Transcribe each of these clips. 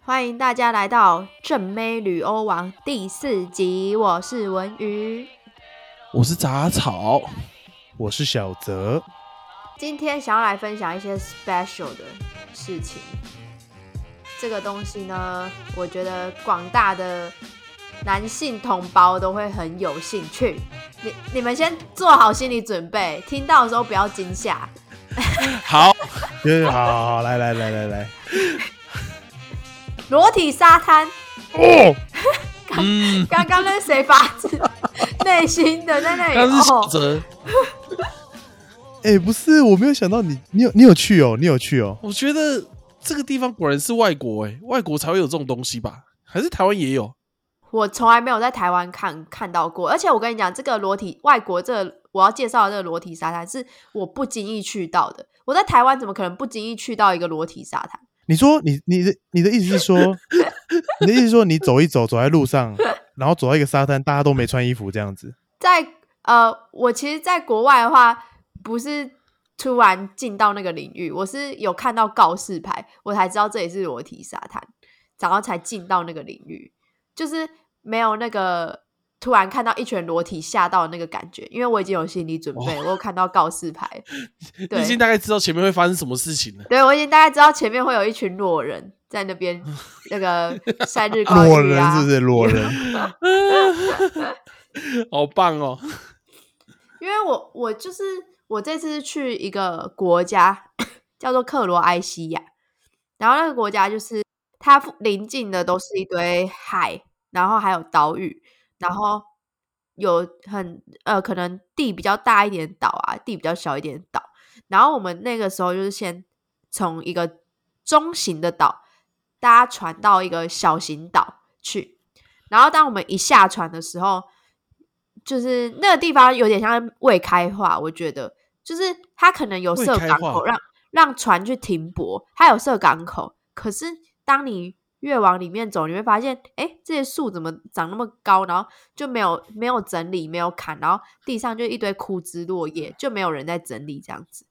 欢迎大家来到《正妹旅欧王》第四集，我是文鱼。我是杂草，我是小泽，今天想要来分享一些 special 的事情。这个东西呢，我觉得广大的男性同胞都会很有兴趣。你你们先做好心理准备，听到的时候不要惊吓。好，就是好好好，来来来来来，裸体沙滩，哦，嗯，刚刚那是谁发自 内心的在那里？刚刚是小哦，泽，哎、不是，我没有想到你，你有你有去哦，你有去哦，我觉得这个地方果然是外国哎、外国才会有这种东西吧？还是台湾也有？我从来没有在台湾看看到过。而且我跟你讲，这个裸体外国这个我要介绍的这个裸体沙滩是我不经意去到的。我在台湾怎么可能不经意去到一个裸体沙滩？你说你你的你的意思是说， 你的意思是说你走一走，走在路上，然后走到一个沙滩，大家都没穿衣服这样子，在呃，我其实在国外的话，不是突然进到那个领域，我是有看到告示牌，我才知道这里是裸体沙滩，然后才进到那个领域，就是没有那个突然看到一群裸体吓到的那个感觉，因为我已经有心理准备，我有看到告示牌，哦你已经对，大概知道前面会发生什么事情了。对我已经大概知道前面会有一群裸人在那 边那个晒日哎光裸浴人啊，是不是裸人？ 好棒哦！因为我我就是我这次去一个国家叫做克罗埃西亚，然后那个国家就是它附邻近的都是一堆海，然后还有岛屿，然后有很呃可能地比较大一点的岛啊，地比较小一点的岛，然后我们那个时候就是先从一个中型的岛搭船到一个小型岛去，然后当我们一下船的时候，就是那个地方有点像未开化，我觉得就是它可能有未设开港化口让让船去停泊，它有设港口，可是当你越往里面走，你会发现，哎，这些树怎么长那么高？然后就没有没有整理，没有砍，然后地上就一堆枯枝落叶，就没有人在整理这样子。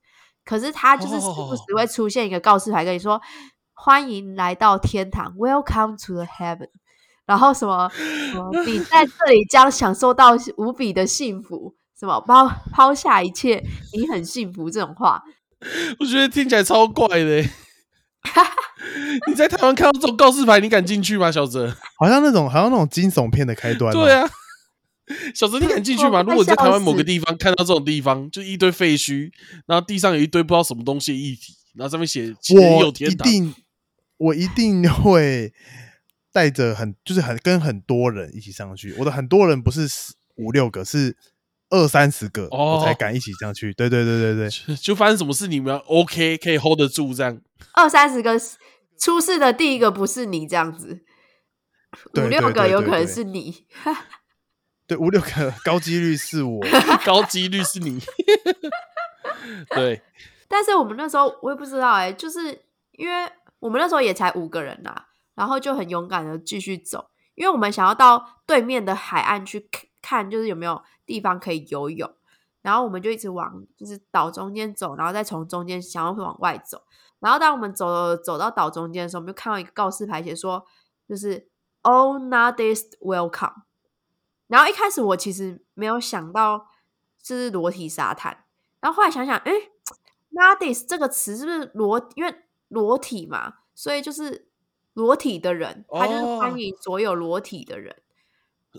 可是他就是时不时哦会出现一个告示牌跟你说：“欢迎来到天堂，Welcome to the heaven。”然后什么什么，你在这里将享受到无比的幸福，什么抛抛下一切，你很幸福这种话，我觉得听起来超怪 的、欸。你在台湾看到这种告示牌，你敢进去吗，小泽？好像那种好像那种惊悚片的开端、哦对，啊， 小泽，你敢进去 吗？我如果你在快笑台湾某死个地方看到这种地方，就一堆废墟，然后地上有一堆不知道什么东西的液体，然后上面写“前我有一天堂”，定我一定会带着很就是很跟很多人一起上去，我的很多人不是十五六个，是二三十个，哦我才敢一起上去。对对对对对， 就发生什么事，你们要 OK 可以 hold 得住这样。二三十个出事的第一个不是你这样子，五对六对个对有对可能对是你。对五六个 高几率 是我，高几率是你。 对，但是我们那时候我也不知道哎、就是因为我们那时候也才五个人呐、然后就很勇敢的继续走，因为我们想要到对面的海岸去 k- 看，就是有没有地方可以游泳。然后我们就一直往就是岛中间走，然后再从中间想要往外走。然后当我们走走到岛中间的时候，我们就看到一个告示牌写说，就是 All Nudist Welcome。然后一开始我其实没有想到这是裸体沙滩，然后后来想想，哎，nudist 这个词是不是裸？因为裸体嘛，所以就是裸体的人，他就是哦欢迎所有裸体的人。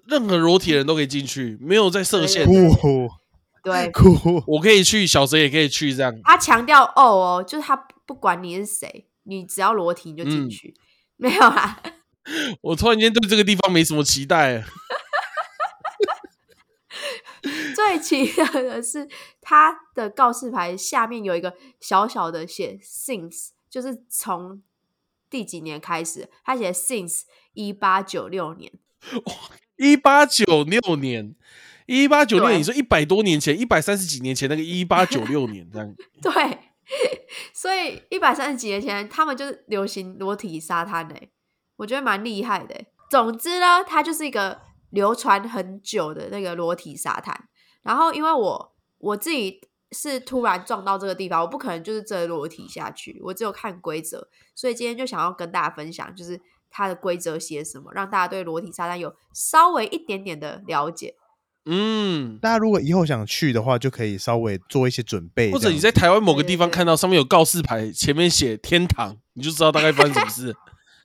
任何裸体的人都可以进去，没有在设限。酷 对，酷，我可以去，小泽也可以去，这样他强调哦哦，就是他不不管你是谁，你只要裸体你就进嗯去，没有啦。 我突然间对这个地方没什么期待。最奇特的是，它的告示牌下面有一个小小的写 since，就是从第几年开始，它写 since 一八九六年，一八九六年，一八九六对啊年，你说一百多年前，一百三十几年前那个一八九六年这样， 对，所以一百三十几年前他们就是流行裸体沙滩嘞、欸我觉得蛮厉害的欸、总之呢，它就是一个流传很久的那个裸体沙滩。然后因为我我自己是突然撞到这个地方，我不可能就是这裸体下去，我只有看规则，所以今天就想要跟大家分享，就是它的规则写什么，让大家对裸体沙滩有稍微一点点的了解。嗯，大家如果以后想去的话，就可以稍微做一些准备，或者你在台湾某个地方看到上面有告示牌，前面写天堂，你就知道大概发生什么事。这样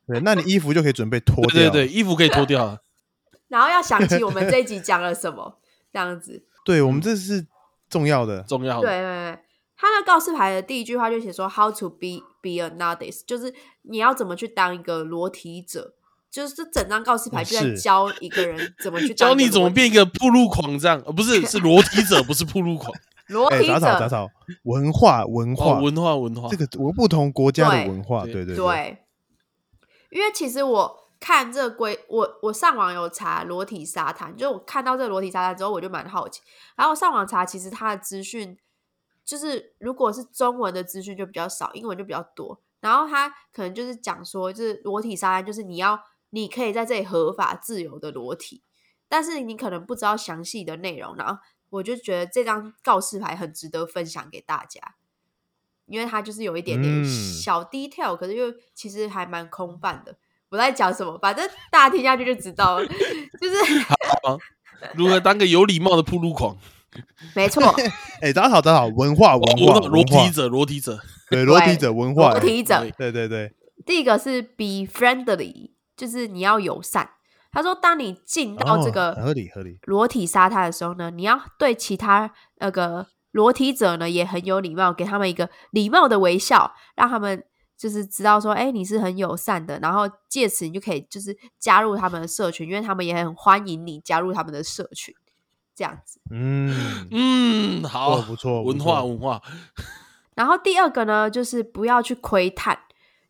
对，那你衣服就可以准备 脱掉。对对对，衣服可以脱掉了。然后要想起我们这一集讲了什么，这样子。对嗯我们这是重要的。重要对对对，他的告示牌的第一句话就写说 “How to be be a nudist”，就是你要怎么去当一个裸体者，就是这整张告示牌就在是教一个人怎么去当哦 教一个你怎么裸体变一个铺路狂这样，呃，不是是裸体者，不是铺路狂。裸哎，体杂者。草杂草，文化文哦，化，文化文化这，个我不同国家的对文化，对对对对，因为其实我看这个规，我我上网有查裸体沙滩，就是我看到这个裸体沙滩之后，我就蛮好奇。然后我上网查，其实它的资讯就是如果是中文的资讯就比较少，英文就比较多。然后它可能就是讲说，就是裸体沙滩，就是你要你可以在这里合法自由的裸体，但是你可能不知道详细的内容。然后我就觉得这张告示牌很值得分享给大家。因为它就是有一点点嗯小 detail，、可是又其实还蛮空泛的。我在讲什么，反正大家听下去就知道了。 就是如何当个有礼貌的铺路狂？没错，哎，杂草杂草，文化文哦裸化，裸文化体，者，裸体者，对裸体对者文化，裸体者对对对对，第一个是 be friendly，就是你要友善。他说，当你进到这哦个合理合理，裸体沙滩的时候呢，你要对其他那个裸体者呢也很有礼貌，给他们一个礼貌的微笑，让他们就是知道说，哎、你是很友善的，然后借此你就可以就是加入他们的社群，因为他们也很欢迎你加入他们的社群，这样子。 嗯，嗯，好，不错不错文化文化，然后第二个呢，就是不要去窥探，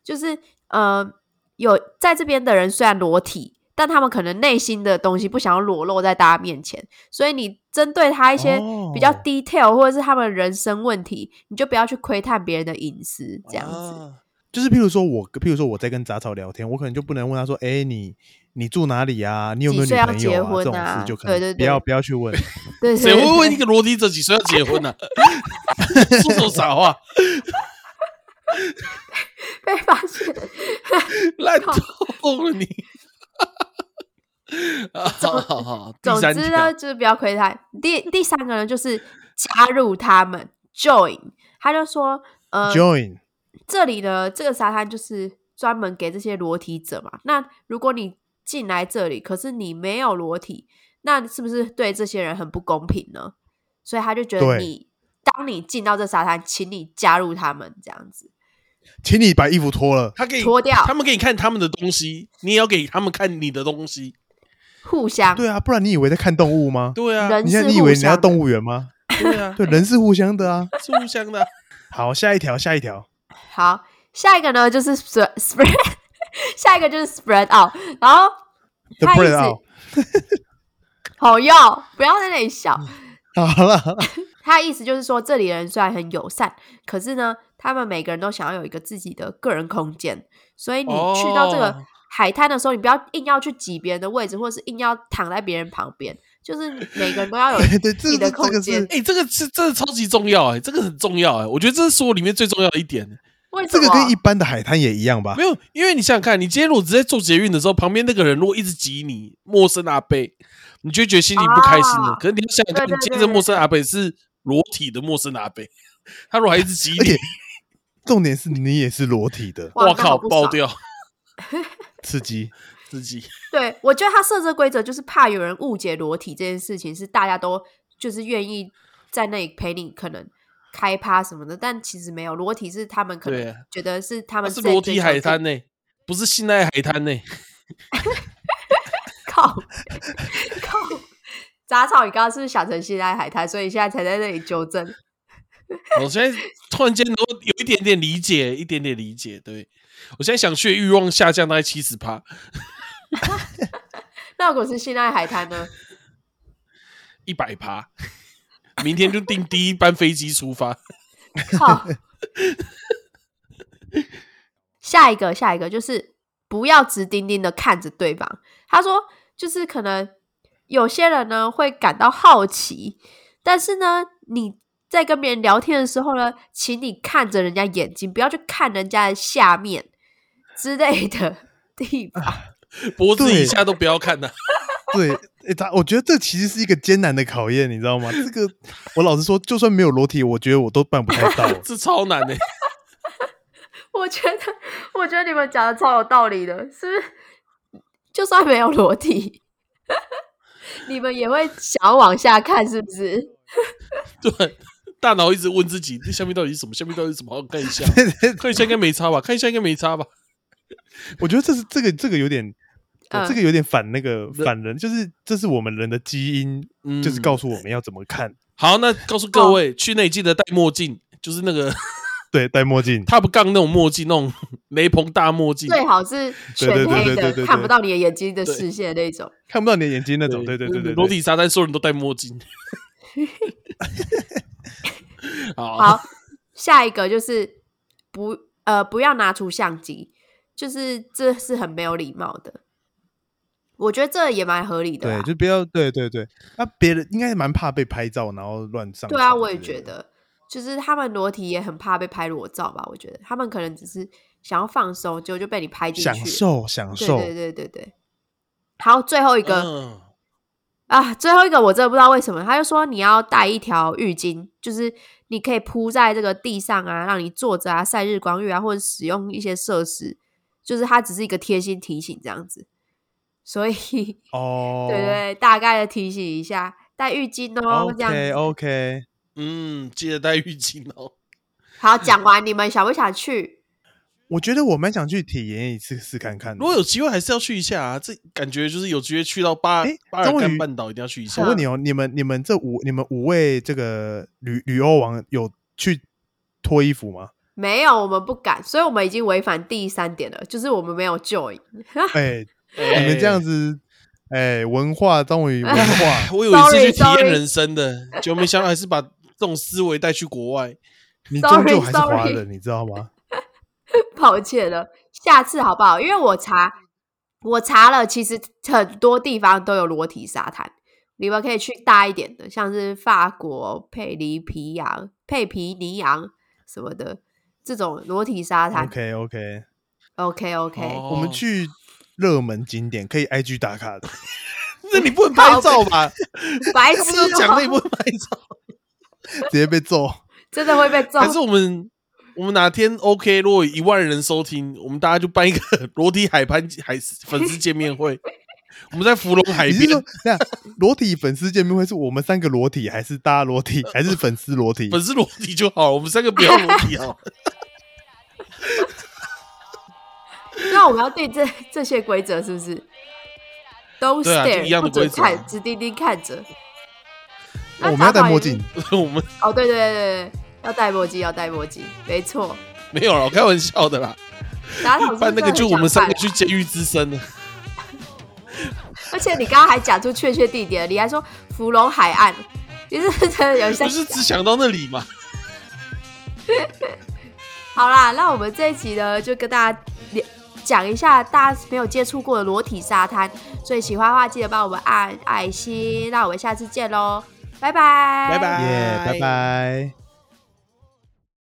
就是呃，有在这边的人虽然裸体，但他们可能内心的东西不想要裸露在大家面前，所以你针对他一些比较哦 detail 或者是他们人生问题，你就不要去窥探别人的隐私，这样子。啊就是譬如说我，譬如说我在跟杂草聊天，我可能就不能问他说：“哎、你你住哪里啊？你有没有几女岁要朋友结啊？”婚这种啊事就可对能对不要对不要 去问。对，谁对会问对一个裸体者几岁要结婚 呢？ 说这种傻话， 被发现？烂 透了你！啊好好好， 第总三之条呢，就是不要窥探。第第三个呢，就是加入他们 join。他就说，呃， Join，这里的这个沙滩就是专门给这些裸体者嘛。那如果你进来这里，可是你没有裸体，那是不是对这些人很不公平呢？所以他就觉得对你，当你进到这沙滩，请你加入他们这样子，请你把衣服脱了。他给你脱掉他们给你看他们的东西，你也要给他们看你的东西。互相对啊，不然你以为在看动物吗？对啊，人你现是在你以互为你要相的动物园吗？对啊，对，人是互相的啊。是互 相的啊。好，下一条，下一条。好，下一个呢就是 spread spread，下一个就是 spread out，然后 The 他 b r e 一 a d 直好要不要在那里笑， out。好了，好啦他的意思就是说，这里的人虽然很友善，可是呢，他们每个人都想要有一个自己的个人空间，所以你去到这个哦海滩的时候，你不要硬要去挤别人的位置，或者是硬要躺在别人旁边，就是每个人都 要有对对，这自己的这这空个间是。哎、这个是真的超级重要哎、这个很重要哎、我觉得这是所有里面最重要的一点。为什这么？个跟一般的海滩也一样吧没？有，因为你想想看，你今天如果只在做捷运的时候，旁边那个人如果一直挤你，陌生阿贝，你就会觉得心情不开心了。啊可是你要想想看，对对你今天对这对陌生阿贝是裸体的陌生阿贝， 他如果还一直挤而你且，重点是你也是裸体的，哇哇那好靠，不爆爽掉刺激。自己。对我觉得他设置规则就是怕有人误解裸体这件事情，是大家都就是愿意在那里陪你，可能开趴什么的，但其实没有，裸体是他们可对能啊觉得是他那们是在裸追体求海自滩呢、不是性爱海滩呢、 靠靠！杂草，你刚刚是不是想成现在海滩，所以现在才在这里纠正？我现在突然间能够有一点点理解，一点点理解。对我现在想去的欲望下降大概七十趴，那如果是现在海滩呢？一百趴。明天就订第一班飞机出发。靠！下一个，下一个就是不要直盯盯的看着对方。他说，就是可能有些人呢会感到好奇，但是呢，你在跟别人聊天的时候呢，请你看着人家眼睛，不要去看人家的下面之类的地方。脖子以下都不要看呐、对，诶他我觉得这其实是一个艰难的考验，你知道吗？这个我老实说，就算没有裸体，我觉得我都办不太到。 这超难的、 我觉得，我觉得你们讲的超有道理的，是不是？就算没有裸体， 你们也会想要往下看，是不是？对，大脑一直问自己，这下面到底是什么？下面到底是什么？好好看一下，对对看一下应该没差吧？看一下应该没差吧？我觉得这是这个这个有点，呃嗯这个有点反那个反人，就是这是我们人的基因，嗯就是告诉我们要怎么看。好，那告诉各位，去内记得戴墨镜，就是那个 对，戴墨镜，他不杠那种墨镜，那种雷朋大墨镜，最好是全黑对对对对对的，对看不到你的眼睛的视线那种。看不到你的眼睛那种。对对对对裸对，体沙滩，所有人都戴墨 镜。好，好，下一个就是不呃不要拿出相机，就是这是很没有礼貌的。我觉得这也蛮合理的、对，啊，就不要对对对。那别人应该蛮怕被拍照，然后乱上。对啊，我也觉。得，就是他们裸体也很怕被拍裸照吧。我觉得他们可能只是想要放松，结果就被你拍进去享了。受享对受，对对对对。好，最后一个、嗯啊，最后一个我真的不知道为什么，他就说你要带一条浴巾，就是你可以铺在这个地上啊，让你坐着啊，晒日光浴啊，或者使用一些设施，就是它只是一个贴心提醒这样子。所以， 哦，对对，大概的提醒一下，带浴巾哦这样子。 ，OK OK，嗯，记得戴浴巾哦。好，讲完你们想不想去？我觉得我蛮想去体验一次试看看的。如果有机会，还是要去一下啊。这感觉就是有机会去到巴、诶巴尔张文干宇半岛，一定要去一下我。问你哦，你们你们这五你们五位这个旅旅欧王有去脱衣服吗？没有，我们不敢，所以我们已经违反第三点了，就是我们没有 join。哎、哎你们这样子，哎、文化张伟宇哇，文化，我以为是 Sorry，去体验 sorry 人生的，结果没想到还是把这种思维带去国外。你终究还是 Sorry，华 sorry 人，你知道吗？ 抱歉了，下次好不好？因为我查，我查了，其实很多地方都有裸体沙滩，你们可以去大一点的，像是法国佩里皮扬、佩皮尼扬什么的这种裸体沙滩。 OK OK， OK OK，, 哦我们去热门景点可以 IG 打卡的， 那你不能拍照吧？白 他痴们都讲那你哦、不能拍照，直接被揍。真的会被揍还。是我们我们哪天 OK？如果有一万人收听，我们大家就办一个 裸体海滩海粉丝见面会。我们在芙蓉 海你是边说，那裸体粉丝见面会是我们三个裸体，还是大家裸体，还是粉丝裸体？粉丝裸体就好了，我们三个不要裸体好了。那我们要定这这些规则是不是？Don't 对啊就 stare，、一样的不准规则看，只盯盯看着。哦我们要戴墨镜。 我们哦，对对对对对，要戴墨镜，要戴墨镜，没错。没有了，我开玩笑的啦。打扫 办哎那个就我们三个句。去监狱之声了。而且你刚刚还讲出确切地点，你还说芙蓉海岸，你是真的有 不些是只想到那里嘛？好啦，那我们这一集呢，就跟大家聊讲一下大家没有接触过的裸体沙滩，所以喜欢的话记得帮我们按爱心。那我们下次见喽，拜拜，拜拜耶，拜拜。